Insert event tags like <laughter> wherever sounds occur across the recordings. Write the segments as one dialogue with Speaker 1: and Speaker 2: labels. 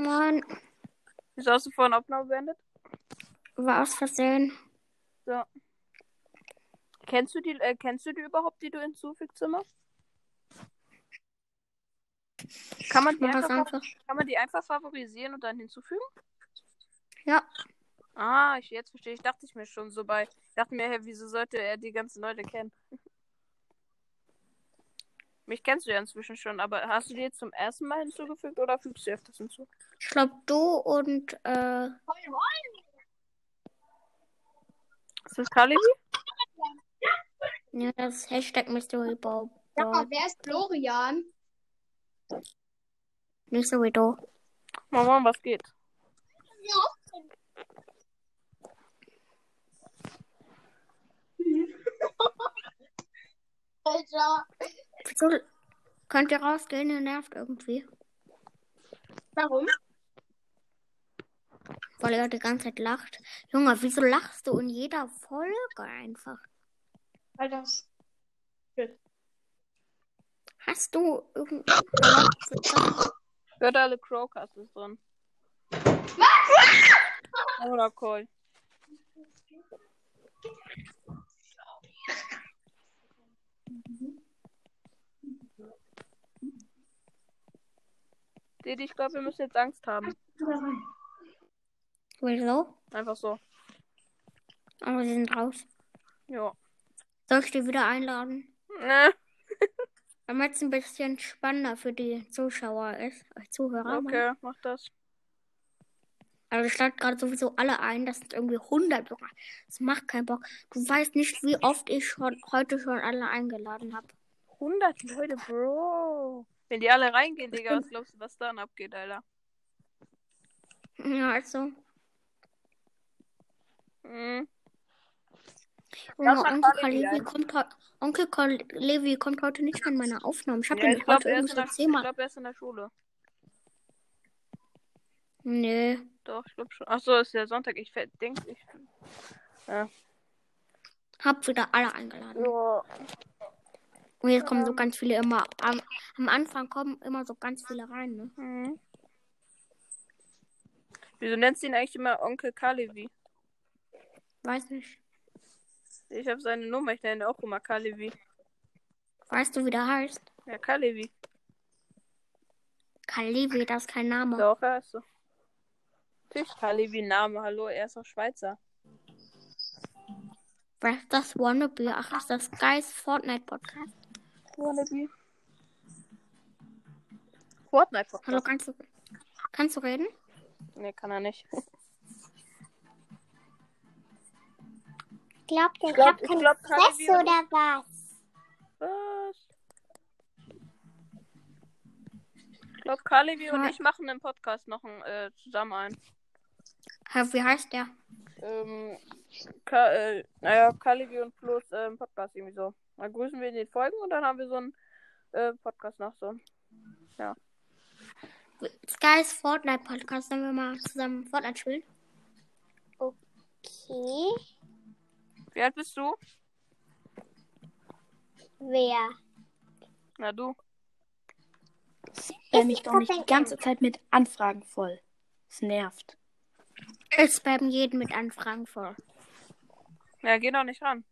Speaker 1: Mann,
Speaker 2: Wieso hast du vorhin Aufnahme beendet?
Speaker 1: war aus Versehen.
Speaker 2: Kennst du die, äh, kennst du die überhaupt, die du hinzufügst immer? Kann man,
Speaker 1: Ich
Speaker 2: die
Speaker 1: mach das
Speaker 2: einfach,
Speaker 1: einfach.
Speaker 2: kann man die einfach favorisieren und dann hinzufügen?
Speaker 1: Ja.
Speaker 2: Ah, ich jetzt verstehe. Ich dachte ich mir schon so bei. Ich dachte mir, hä, wieso sollte er die ganzen Leute kennen? <laughs> Mich kennst du ja inzwischen schon, aber hast du die jetzt zum ersten Mal hinzugefügt oder fügst du öfters hinzu?
Speaker 1: Ich glaube, du und äh,
Speaker 2: Ist das Kali?
Speaker 1: ja, das Hashtag Mystery Bob.
Speaker 3: Sag mal, wer ist Florian?
Speaker 1: Mystery Do.
Speaker 2: Mama, was geht?
Speaker 3: Alter.
Speaker 1: Wieso könnt ihr rausgehen? Ihr nervt irgendwie.
Speaker 3: Warum?
Speaker 1: Weil ihr die ganze Zeit lacht. Junge, wieso lachst du in jeder Folge einfach?
Speaker 3: Weil das.
Speaker 1: Hast du irgend
Speaker 2: Hört alle Crowcast ist drin. Oder Call. Didi, ich glaube, wir müssen jetzt Angst haben.
Speaker 1: Wieso?
Speaker 2: Einfach so.
Speaker 1: Aber sie sind raus.
Speaker 2: Ja.
Speaker 1: Soll ich die wieder einladen?
Speaker 2: Ne.
Speaker 1: Damit es ein bisschen spannender für die Zuschauer ist. Äh, Zuhörer. meine ich.
Speaker 2: Okay, Ah, mach das.
Speaker 1: Also ich lade gerade sowieso alle ein. Das sind irgendwie 100. Junge. Das macht keinen Bock. Du weißt nicht, wie oft ich schon heute schon alle eingeladen habe.
Speaker 2: 100 Leute, Bro. Wenn die alle reingehen, Digga, was glaubst du, was dann abgeht, Alter?
Speaker 1: Ja, also.
Speaker 2: Mhm.
Speaker 1: Junge,
Speaker 2: macht
Speaker 1: oh, Onkel
Speaker 2: Carl
Speaker 1: Karl
Speaker 2: Levi
Speaker 1: Levi kommt, heu- Onkel Karl Levi kommt heute nicht an meine Aufnahmen. Ich habe
Speaker 2: Ja,
Speaker 1: ihn
Speaker 2: ich glaube,
Speaker 1: heute
Speaker 2: er,
Speaker 1: irgendwie
Speaker 2: ist in
Speaker 1: so
Speaker 2: der- ich
Speaker 1: zehnmal.
Speaker 2: glaub, er ist in der Schule.
Speaker 1: Nee.
Speaker 2: Doch, ich glaube schon. Achso, ist ja Sonntag. Ich denke, ich.
Speaker 1: Hab wieder alle eingeladen.
Speaker 2: Ja.
Speaker 1: Und jetzt kommen so ganz viele immer. Am, am Anfang kommen immer so ganz viele rein, ne?
Speaker 2: Mhm. Wieso nennst du ihn eigentlich immer Onkel Kalevi?
Speaker 1: Weiß nicht.
Speaker 2: Ich habe seine Nummer, ich nenne ihn auch immer Kalevi.
Speaker 1: Weißt du, wie der heißt?
Speaker 2: Ja, Kalevi.
Speaker 1: Karl Levi, das ist kein Name.
Speaker 2: Doch, er ist so. Natürlich Kalevi Name, hallo, er ist auch Schweizer.
Speaker 1: Was ist das Wannabe? Ach, ist das Guys Fortnite Podcast?
Speaker 2: Kalevi. Fortnite
Speaker 1: Hallo,
Speaker 2: Podcast.
Speaker 1: kannst du, kannst du reden?
Speaker 2: Nee, kann er nicht.
Speaker 3: Glaubt ihr,
Speaker 2: Ich glaube, ich glaub, Kalevi. hat-
Speaker 3: oder was?
Speaker 2: Was? Ich glaube, Kalevi und
Speaker 1: Ka-
Speaker 2: ich machen im Podcast noch einen, äh, zusammen einen.
Speaker 1: Hä, Äh, Wie heißt der?
Speaker 2: ähm, Ka äh, naja, Kalibi und Flos ähm, Podcast irgendwie so. Dann grüßen wir in den Folgen und dann haben wir so einen äh, Podcast nach so.
Speaker 1: Guys Fortnite Podcast. Sollen wir mal zusammen Fortnite spielen?
Speaker 3: Okay.
Speaker 2: Wie alt bist du?
Speaker 3: Wer?
Speaker 2: Na du.
Speaker 4: Spam mich doch nicht die ganze Zeit mit Anfragen voll. Es nervt.
Speaker 1: Ich spam jeden mit Anfragen voll.
Speaker 2: Ja, geh doch nicht ran.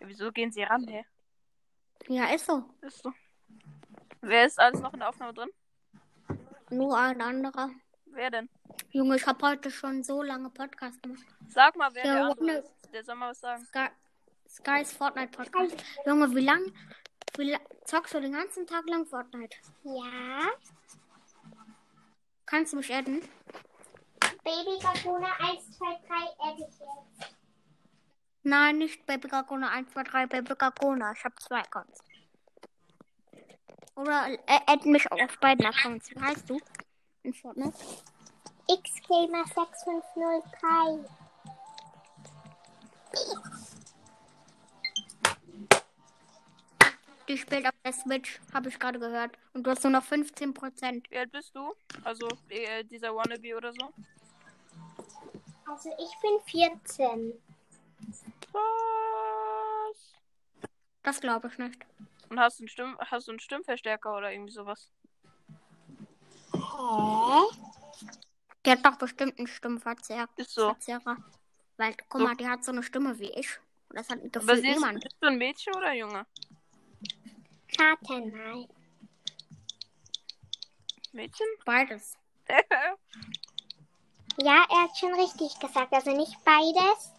Speaker 2: Ja, wieso gehen sie ran, hä?
Speaker 1: Ja, ist so.
Speaker 2: Ist so. Wer ist alles noch in der Aufnahme drin?
Speaker 1: Nur ein anderer.
Speaker 2: Wer denn?
Speaker 1: Junge, ich habe heute schon so lange Podcast gemacht.
Speaker 2: Sag mal, wer
Speaker 1: Ja,
Speaker 2: der andere
Speaker 1: Wanda-
Speaker 2: ist. Der soll mal was sagen.
Speaker 1: Sky, Sky's Fortnite Podcast. Junge, wie lang, wie lang zockst du den ganzen Tag lang Fortnite?
Speaker 3: Ja.
Speaker 1: Kannst du mich adden?
Speaker 3: Baby Gaguna 1, 2, 3, edit jetzt.
Speaker 1: Nein, nicht Baby Gagona 1, 2, 3, Baby Gagona. Ich habe zwei Accounts. Oder äh, add mich auf beiden Accounts. Wie heißt du? In Fortnite?
Speaker 3: Xgamer 6503.
Speaker 1: Die spielt auf der Switch, habe ich gerade gehört. Und du hast nur noch 15%.
Speaker 2: Wie alt bist du? Also äh, dieser Wannabe oder so?
Speaker 3: Also ich bin 14.
Speaker 2: Was?
Speaker 1: Das glaube ich nicht.
Speaker 2: Und hast du einen, Stimm hast du einen Stimmverstärker oder irgendwie sowas?
Speaker 1: Hä? Die hat doch bestimmt einen Stimmverzerrer.
Speaker 2: Ist so.
Speaker 1: Verzerrer. Weil, guck
Speaker 2: So.
Speaker 1: mal, die hat so eine Stimme wie ich. Und das hat
Speaker 2: Aber
Speaker 1: gefühlt
Speaker 2: sie ist,
Speaker 1: niemand.
Speaker 2: bist du ein Mädchen oder ein Junge?
Speaker 3: Warte mal.
Speaker 2: Mädchen? <laughs>
Speaker 1: Beides.
Speaker 3: Ja, er hat schon richtig gesagt. Also nicht beides.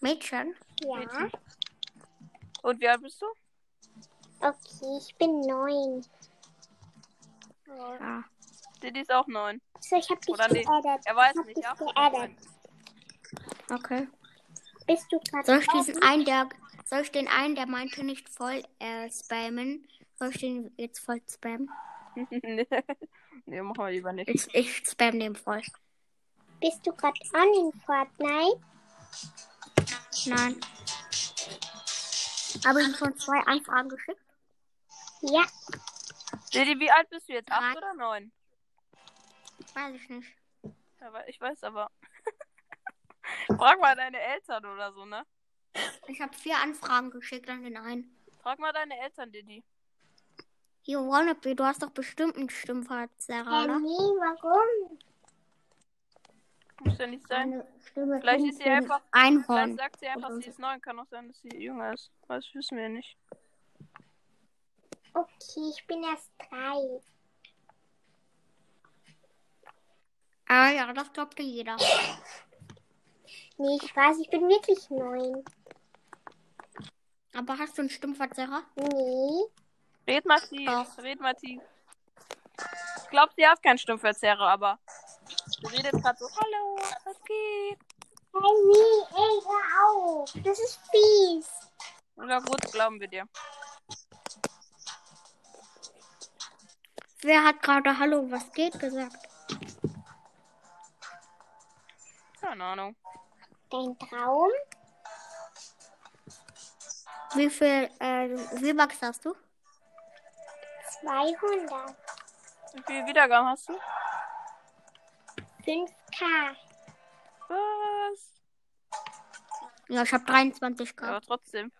Speaker 1: Mädchen?
Speaker 3: Ja.
Speaker 2: Und wie alt bist du?
Speaker 3: Okay, ich bin neun.
Speaker 1: Ja.
Speaker 2: Diddy ist auch neun.
Speaker 3: So, ich hab dich
Speaker 2: Oder nee,
Speaker 3: geaddet.
Speaker 2: er weiß
Speaker 3: ich hab
Speaker 2: nicht,
Speaker 3: dich
Speaker 2: ja?
Speaker 3: geaddet.
Speaker 1: Okay.
Speaker 3: Bist du gerade
Speaker 1: Soll ich diesen
Speaker 3: draußen?
Speaker 1: einen, der. Soll ich den einen, der meinte nicht voll äh, spammen? Soll ich den jetzt voll spammen?
Speaker 2: nee, <laughs> nee, machen wir lieber nicht.
Speaker 1: Ich, ich spam den voll.
Speaker 3: Bist du gerade on in Fortnite?
Speaker 1: Nein. Habe ich ihm schon zwei Anfragen geschickt?
Speaker 3: Ja.
Speaker 2: Diddy, wie alt bist du jetzt? Acht
Speaker 1: Nein.
Speaker 2: oder neun?
Speaker 1: Weiß ich nicht.
Speaker 2: Ja, we- Ich weiß aber. <laughs> Frag mal deine Eltern oder so, ne?
Speaker 1: Ich habe vier Anfragen geschickt an den einen.
Speaker 2: Frag mal deine Eltern, Diddy.
Speaker 1: Hier, Wannabe, du hast doch bestimmt einen Stimmverzerrer,
Speaker 3: Äh,
Speaker 1: oder?
Speaker 3: nee, warum?
Speaker 2: Muss ja nicht sein.
Speaker 1: Meine Stimme
Speaker 2: Vielleicht
Speaker 1: klingt
Speaker 2: ist sie
Speaker 1: wie ein
Speaker 2: einfach- Vielleicht
Speaker 1: Einhorn.
Speaker 2: sagt sie einfach, sie ist neun. Kann auch sein, dass sie jünger ist. Das wissen wir nicht.
Speaker 3: Okay, ich bin erst drei.
Speaker 1: Ah ja, das glaubte jeder.
Speaker 3: Nee, ich weiß, ich bin wirklich neun.
Speaker 1: Aber hast du einen Stimmverzerrer?
Speaker 3: Nee.
Speaker 2: Red mal tief.
Speaker 1: Doch.
Speaker 2: Red mal tief. Ich glaube, sie hat keinen Stimmverzerrer, aber sie redet gerade so: Hallo, was geht?
Speaker 3: Hey, nee, ey, hör auf. Das ist fies.
Speaker 2: Oder gut, glauben wir dir.
Speaker 1: Wer hat gerade Hallo, was geht gesagt?
Speaker 2: Keine Ahnung.
Speaker 3: Dein Traum?
Speaker 1: Wie viel äh, V-Bucks hast du?
Speaker 3: 200.
Speaker 2: Wie viele Wiedergaben hast du?
Speaker 3: 5K.
Speaker 2: Was?
Speaker 1: Ja, ich habe
Speaker 2: Ja,
Speaker 1: 23k.
Speaker 2: aber trotzdem.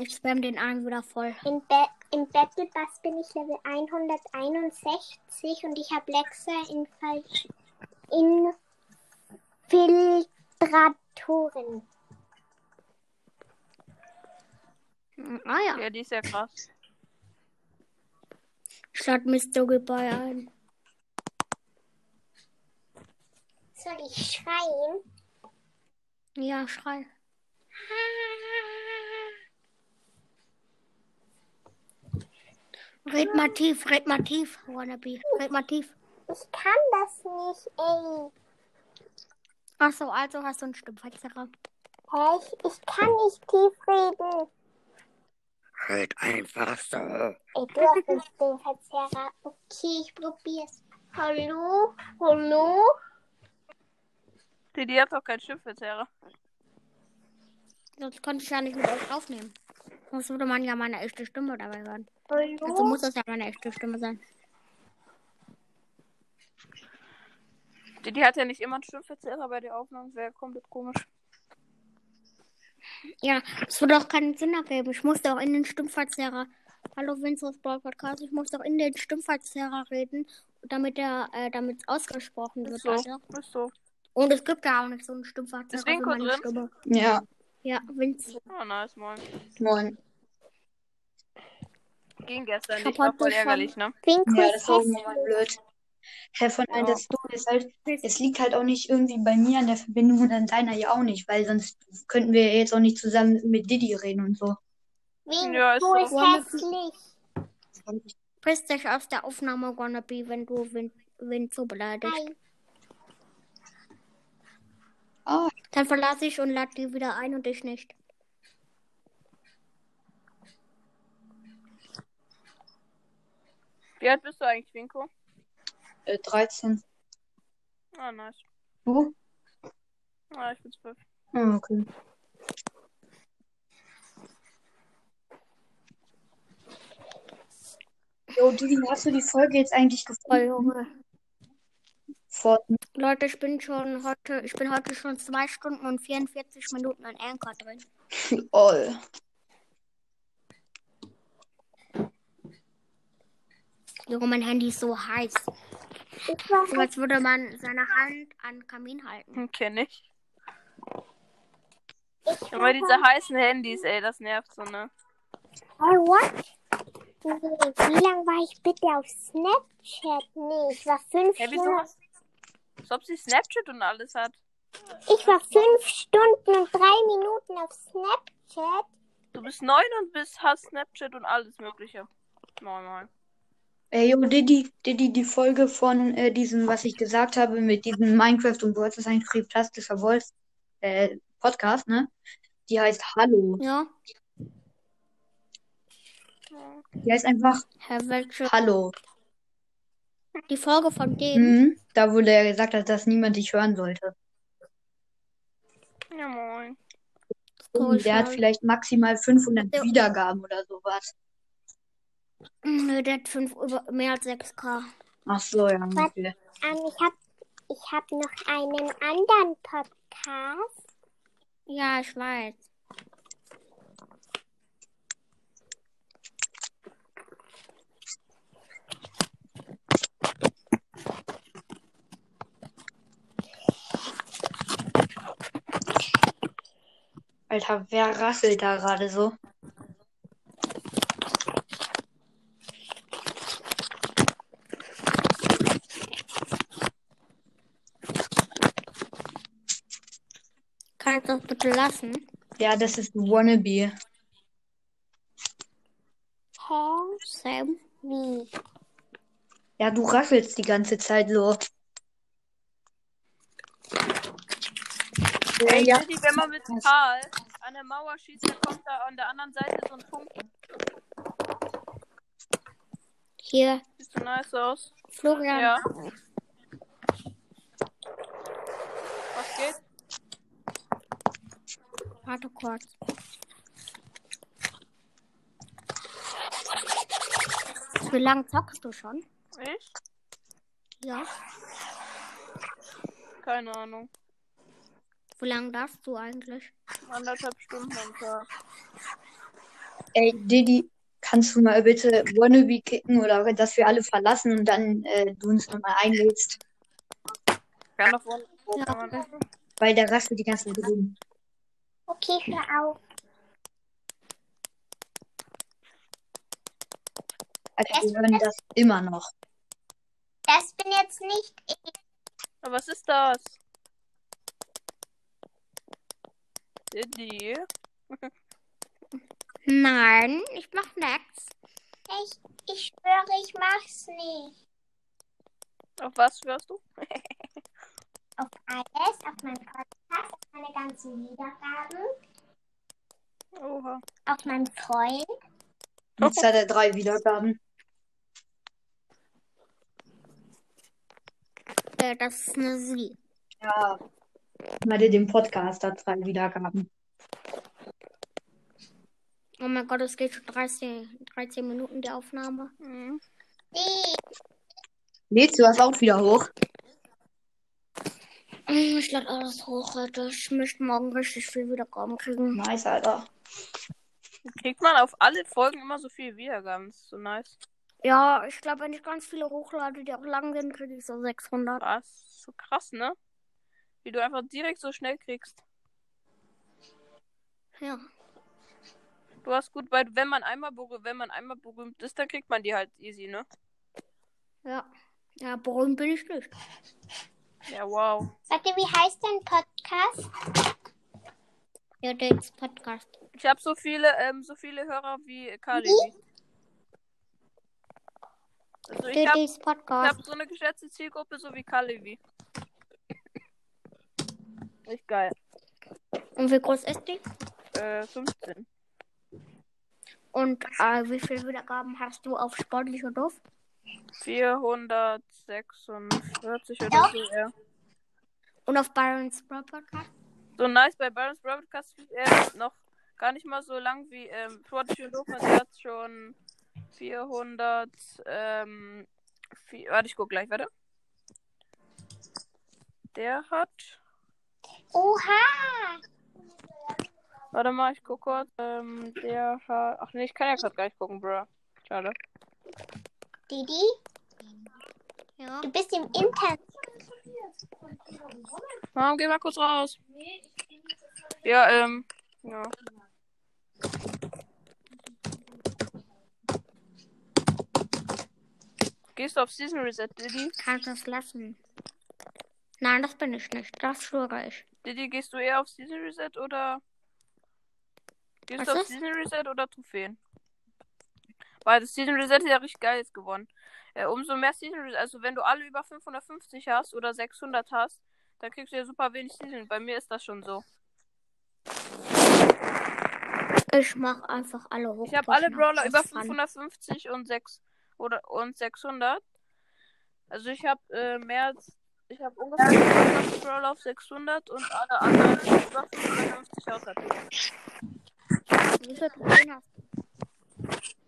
Speaker 1: Ich spam den einen wieder voll.
Speaker 3: Im, Ba- im Battle Pass bin ich Level 161 und ich habe Lexa in falsch. Infiltratoren.
Speaker 1: Ah ja,
Speaker 2: Mhm. Ja, die ist ja krass.
Speaker 1: ich lade Mr. Goodbye ein.
Speaker 3: Soll ich schreien?
Speaker 1: Ja, schrei. Red mal tief, red mal tief, Wannabe. Red mal tief.
Speaker 3: Ich kann das nicht, ey.
Speaker 1: Achso, also hast du einen Stimmverzerrer.
Speaker 3: Hä, Ich, ich kann nicht tief reden.
Speaker 5: Halt einfach so.
Speaker 3: Ey, du
Speaker 2: <laughs>
Speaker 3: hast einen Stimmverzerrer. Okay, ich probier's. Hallo? Hallo?
Speaker 2: Die, die hat doch keinen Stimmverzerrer.
Speaker 1: Sonst könnte ich ja nicht mit euch aufnehmen. Sonst würde man ja meine echte Stimme dabei hören. Also
Speaker 3: Hallo?
Speaker 1: muss das ja meine echte Stimme sein.
Speaker 2: Die, die hat ja nicht immer einen Stimmverzerrer bei der Aufnahme. Wäre komplett komisch.
Speaker 1: Ja, es würde auch keinen Sinn ergeben. Ich musste auch in den Stimmverzerrer. Hallo Vince's Brawl Podcast. Ich musste auch in den Stimmverzerrer reden, damit er, äh, damit es ausgesprochen wird.
Speaker 2: Ist so.
Speaker 1: Alter.
Speaker 2: Ist so.
Speaker 1: Und es gibt ja auch nicht so einen Stimmverzerrer.
Speaker 2: Ist Winko
Speaker 1: wie meine
Speaker 2: drin?
Speaker 1: Stimme.
Speaker 4: Ja,
Speaker 1: Ja, Vince.
Speaker 2: Oh, nice, moin.
Speaker 4: moin.
Speaker 2: Ging gestern
Speaker 1: Ich hab
Speaker 2: nicht. War
Speaker 1: heute
Speaker 2: voll
Speaker 1: schon-
Speaker 2: ärgerlich, ne?
Speaker 3: Winko
Speaker 6: Ja, das
Speaker 3: ist
Speaker 6: war auch
Speaker 3: hässlich.
Speaker 6: immer blöd. Hä, von
Speaker 2: Ja.
Speaker 6: allem das Dumme ist halt, es liegt halt auch nicht irgendwie bei mir an der Verbindung und an deiner ja auch nicht, weil sonst könnten wir ja jetzt auch nicht zusammen mit Didi reden und so.
Speaker 3: Winko
Speaker 2: Ja, ist so.
Speaker 3: ist hässlich.
Speaker 1: Piss dich aus der Aufnahme, Wannabe, wenn du Vin Vince beleidigst.
Speaker 3: Hi.
Speaker 1: Dann verlasse ich und lade die wieder ein und dich nicht.
Speaker 2: Wie alt bist du eigentlich, Winko?
Speaker 6: Äh, 13.
Speaker 2: Ah, nice.
Speaker 6: Du?
Speaker 2: Ah, ich bin zwölf.
Speaker 6: Ah, okay. Jo, Didi, hast du die Folge jetzt eigentlich gefunden?
Speaker 1: Junge.
Speaker 6: Fort
Speaker 1: Leute, ich bin schon heute, ich bin heute schon zwei Stunden und 44 Minuten an Anchor drin.
Speaker 6: All.
Speaker 1: Junge, mein Handy ist so heiß.
Speaker 3: Ich war
Speaker 1: So als würde man seine Hand an den Kamin halten.
Speaker 2: Hm, Kenn ich.
Speaker 3: ich
Speaker 2: Immer diese heißen Handys, ey, das nervt so, ne?
Speaker 3: Hey, what? Wie lange war ich bitte auf Snapchat? Nee, ich war fünf
Speaker 2: Hä, wieso?
Speaker 3: Stunden.
Speaker 2: Als ob sie Snapchat und alles hat.
Speaker 3: Ich war fünf Stunden und drei Minuten auf Snapchat.
Speaker 2: Du bist neun und bist, hast Snapchat und alles Mögliche. Moin, moin.
Speaker 6: Ey, yo, Diddy, Diddy, die Folge von äh, diesem, was ich gesagt habe, mit diesem Minecraft und World ist ein fantastischer Wolf äh, Podcast, ne? Die heißt Hallo.
Speaker 1: Ja?
Speaker 6: Die heißt einfach
Speaker 1: Herr welche?
Speaker 6: Hallo.
Speaker 1: Die Folge von dem.
Speaker 6: Mhm. Da wurde ja gesagt, dass, dass niemand dich hören sollte.
Speaker 2: Ja, moin.
Speaker 1: Cool,
Speaker 6: Der hat
Speaker 1: schade.
Speaker 6: vielleicht maximal 500
Speaker 1: Ja.
Speaker 6: Wiedergaben oder sowas.
Speaker 1: Nö, Mm, der hat fünf, über, mehr als 6K.
Speaker 6: Ach so, ja.
Speaker 3: Was?
Speaker 6: okay.
Speaker 3: Ähm, ich habe ich hab noch einen anderen Podcast.
Speaker 1: Ja, ich weiß.
Speaker 6: Alter, wer rasselt da gerade so?
Speaker 1: Kannst du das bitte lassen?
Speaker 6: Ja, das ist Wannabe.
Speaker 3: Hä?
Speaker 1: Sam?
Speaker 3: Wie?
Speaker 6: Ja, du rasselst die ganze Zeit so.
Speaker 2: Ey,
Speaker 6: ja.
Speaker 2: Diddy, wenn man mit Karl an der Mauer schießt, dann kommt da an der anderen Seite so ein Funken.
Speaker 1: Hier,
Speaker 2: Sieht so nice aus.
Speaker 1: Florian.
Speaker 2: Ja. Was geht?
Speaker 1: Warte kurz. Wie lange zockst du schon?
Speaker 2: Ich?
Speaker 1: Ja.
Speaker 2: Keine Ahnung.
Speaker 1: Wie lange darfst du eigentlich?
Speaker 2: Anderthalb Stunden am Tag.
Speaker 6: Ey, Didi, kannst du mal bitte Wannabe kicken oder dass wir alle verlassen und dann äh, du uns nochmal einlädst?
Speaker 2: Kann doch wohl.
Speaker 1: Ja,
Speaker 2: kann man-
Speaker 6: Weil der rasselt die ganze Zeit rum.
Speaker 3: Okay, hör auf.
Speaker 6: Alter, wir hören das immer noch.
Speaker 3: Das bin jetzt nicht ich.
Speaker 2: Aber was ist das? Diddy.
Speaker 1: Nein, ich mach nichts.
Speaker 3: Ich, ich schwöre, ich mach's nicht.
Speaker 2: Auf was hörst du?
Speaker 3: Auf alles, auf meinen Podcast, auf meine ganzen Wiedergaben,
Speaker 2: Oha.
Speaker 3: auf meinen Freund.
Speaker 6: Jetzt hat er drei Wiedergaben.
Speaker 1: Äh, das ist eine Sie.
Speaker 6: Ja. Mal dir den Podcast hat drei Wiedergaben.
Speaker 1: Oh mein Gott, es geht schon 13, 13 Minuten die Aufnahme.
Speaker 2: Hm.
Speaker 3: Nee,
Speaker 6: Lädst du das auch wieder hoch?
Speaker 1: Mm, Ich lade alles hoch heute. Ich möchte morgen richtig viel Wiedergaben kriegen.
Speaker 6: Nice, Alter.
Speaker 2: Kriegt man auf alle Folgen immer so viel Wiedergaben. Das ist so nice.
Speaker 1: Ja, ich glaube, wenn ich ganz viele hochlade, die auch lang sind, kriege ich so 600.
Speaker 2: Was? So krass, ne? Wie du einfach direkt so schnell kriegst.
Speaker 1: Ja.
Speaker 2: Du hast gut, weil wenn man einmal berühmt, wenn man einmal berühmt ist, dann kriegt man die halt easy, ne?
Speaker 1: Ja. Ja, berühmt bin ich nicht.
Speaker 2: Ja, wow.
Speaker 3: warte, wie heißt dein Podcast?
Speaker 1: Ja, der ist Podcast.
Speaker 2: Ich habe so viele, ähm, so viele Hörer wie Kali. Also ich
Speaker 1: Der
Speaker 2: habe
Speaker 1: ist Podcast.
Speaker 2: hab so eine geschätzte Zielgruppe so wie Kalevi. Echt geil.
Speaker 1: Und wie groß ist die?
Speaker 2: Äh, 15.
Speaker 1: Und äh, wie viele Wiedergaben hast du auf sportlich und doof?
Speaker 2: 446 oder so, ja.
Speaker 1: Und auf Byron's Brawl Podcast?
Speaker 2: So nice bei Barons Broadcast äh, noch gar nicht mal so lang wie ähm, Prodigy und Doofmann. Der hat schon 400. Ähm, vier, warte, ich guck gleich, warte. Der hat.
Speaker 3: Oha!
Speaker 2: Warte mal, ich guck kurz. Ähm, der hat. Ach nee, ich kann ja gerade gar nicht gucken, bruh. Schade.
Speaker 3: Didi,
Speaker 1: Ja.
Speaker 3: du bist im Internet.
Speaker 2: Mom, geh mal kurz raus. Ja, ähm. Ja. Gehst du auf Season Reset, Diddy?
Speaker 1: Kannst das lassen. Nein, das bin ich nicht. Das schwöre ich.
Speaker 2: Diddy, gehst du eher auf Season Reset oder. Gehst
Speaker 1: Was
Speaker 2: du auf
Speaker 1: ist?
Speaker 2: Season Reset oder Trophäen? Weil das Season Reset ist ja richtig geil jetzt gewonnen. Äh, umso mehr Season Reset, also wenn du alle über 550 hast oder 600 hast, dann kriegst du ja super wenig Season. Bei mir ist das schon so.
Speaker 1: Ich mach einfach alle hoch.
Speaker 2: Ich habe alle
Speaker 1: durcheinander. Das
Speaker 2: Brawler über
Speaker 1: ist fun.
Speaker 2: 550 und 6 oder und 600. Also ich habe äh, mehr als ich habe ungefähr 500 Brawler auf 600 und alle anderen über 550 außer dir.
Speaker 1: Wie viel Trophäen hast du?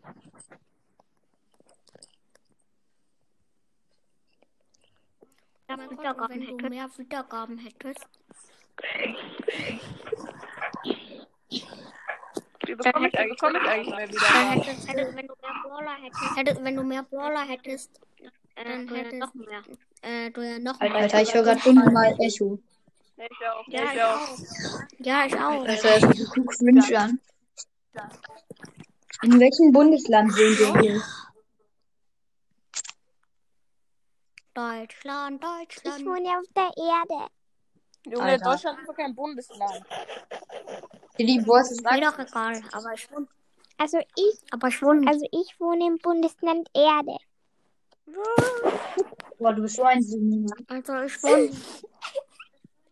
Speaker 1: Ja, mein Gott, und wenn du mehr Wiedergaben hättest,
Speaker 2: Wie bekomme ich eigentlich, bekomme ich eigentlich mehr
Speaker 1: dann
Speaker 2: wieder?
Speaker 1: hättest, hättest, wenn du mehr Brawler hättest, hättest, wenn du mehr Brawler hättest, dann hättest noch mehr. Äh, du ja noch
Speaker 6: Alter,
Speaker 1: mehr.
Speaker 6: Alter, ich höre gerade unnormal Echo.
Speaker 2: Nee, ich auch.
Speaker 1: Ja,
Speaker 2: ich
Speaker 1: ich
Speaker 2: auch.
Speaker 1: auch. Ja, ich auch.
Speaker 6: Das hört sich so cringe an. In welchem Bundesland sind wir hier?
Speaker 1: Deutschland,
Speaker 3: Ich
Speaker 1: Deutschland.
Speaker 3: wohne auf der Erde.
Speaker 2: Junge,
Speaker 6: Alter.
Speaker 2: Deutschland ist doch kein Bundesland.
Speaker 6: Die Boys ist
Speaker 1: Mir doch egal, aber ich wohne.
Speaker 3: Also ich,
Speaker 1: Aber ich wohne.
Speaker 3: also ich wohne im Bundesland Erde.
Speaker 6: Boah, du bist so ein ne? Seminar.
Speaker 1: Also ich wohne. <laughs>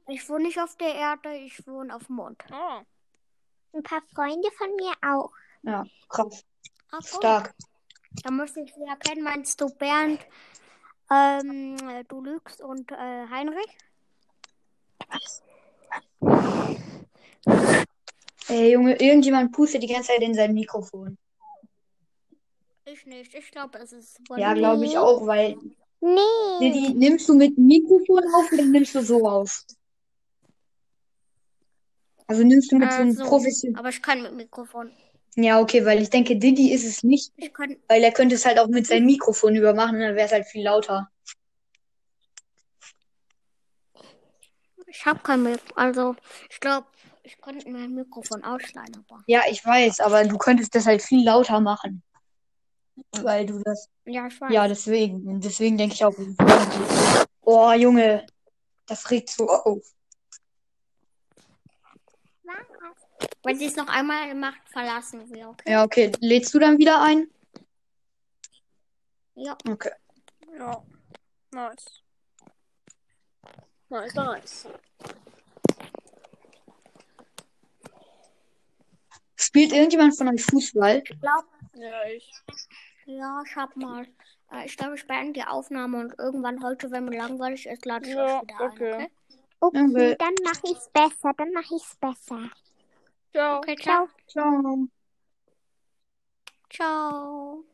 Speaker 1: Ich wohne nicht auf der Erde, ich wohne auf dem Mond.
Speaker 2: Oh.
Speaker 3: Ein paar Freunde von mir auch.
Speaker 6: Ja, krass.
Speaker 1: Ah, cool.
Speaker 6: Stark.
Speaker 1: Da müsste ich sie erkennen. Meinst du Bernd, ähm, äh, du lügst und äh, Heinrich?
Speaker 6: Ey, Junge, irgendjemand pustet die ganze Zeit in sein Mikrofon.
Speaker 1: Ich nicht. Ich glaube, es ist.
Speaker 6: Ja, glaube ich auch, weil.
Speaker 3: Nee,
Speaker 6: Didi, nimmst du mit Mikrofon auf oder nimmst du so auf? Also nimmst du mit so einem
Speaker 1: Äh, so.
Speaker 6: professionellen.
Speaker 1: Aber ich kann mit Mikrofon.
Speaker 6: Ja, okay, weil ich denke, Didi ist es nicht,
Speaker 1: Ich kann.
Speaker 6: weil er könnte es halt auch mit seinem Mikrofon übermachen und dann wäre es halt viel lauter.
Speaker 1: Ich habe kein Mikrofon. Also, ich glaube, ich könnte mein Mikrofon ausschneiden. Aber...
Speaker 6: Ja, ich weiß, aber du könntest das halt viel lauter machen. Weil du das.
Speaker 1: Ja, ich weiß.
Speaker 6: Ja, deswegen. Und deswegen denke ich auch. Oh, Junge. Das regt so auf.
Speaker 1: Wenn sie es noch einmal macht, verlassen wir, okay?
Speaker 6: Ja, okay. Lädst du dann wieder ein?
Speaker 1: Ja.
Speaker 6: Okay.
Speaker 2: Ja. Nice. Nice, nice.
Speaker 6: Spielt irgendjemand von euch Fußball?
Speaker 2: Ja, ich.
Speaker 1: Ja, ich hab mal. Äh, ich glaube, ich beende die Aufnahme und irgendwann heute, wenn mir langweilig ist, lade ich
Speaker 2: Ja,
Speaker 1: euch wieder
Speaker 2: okay.
Speaker 1: ein, okay?
Speaker 6: Junge.
Speaker 3: okay, dann mache ich's besser, dann mache ich's besser.
Speaker 2: Ciao.
Speaker 1: Okay, ciao.
Speaker 6: Ciao.
Speaker 1: Ciao.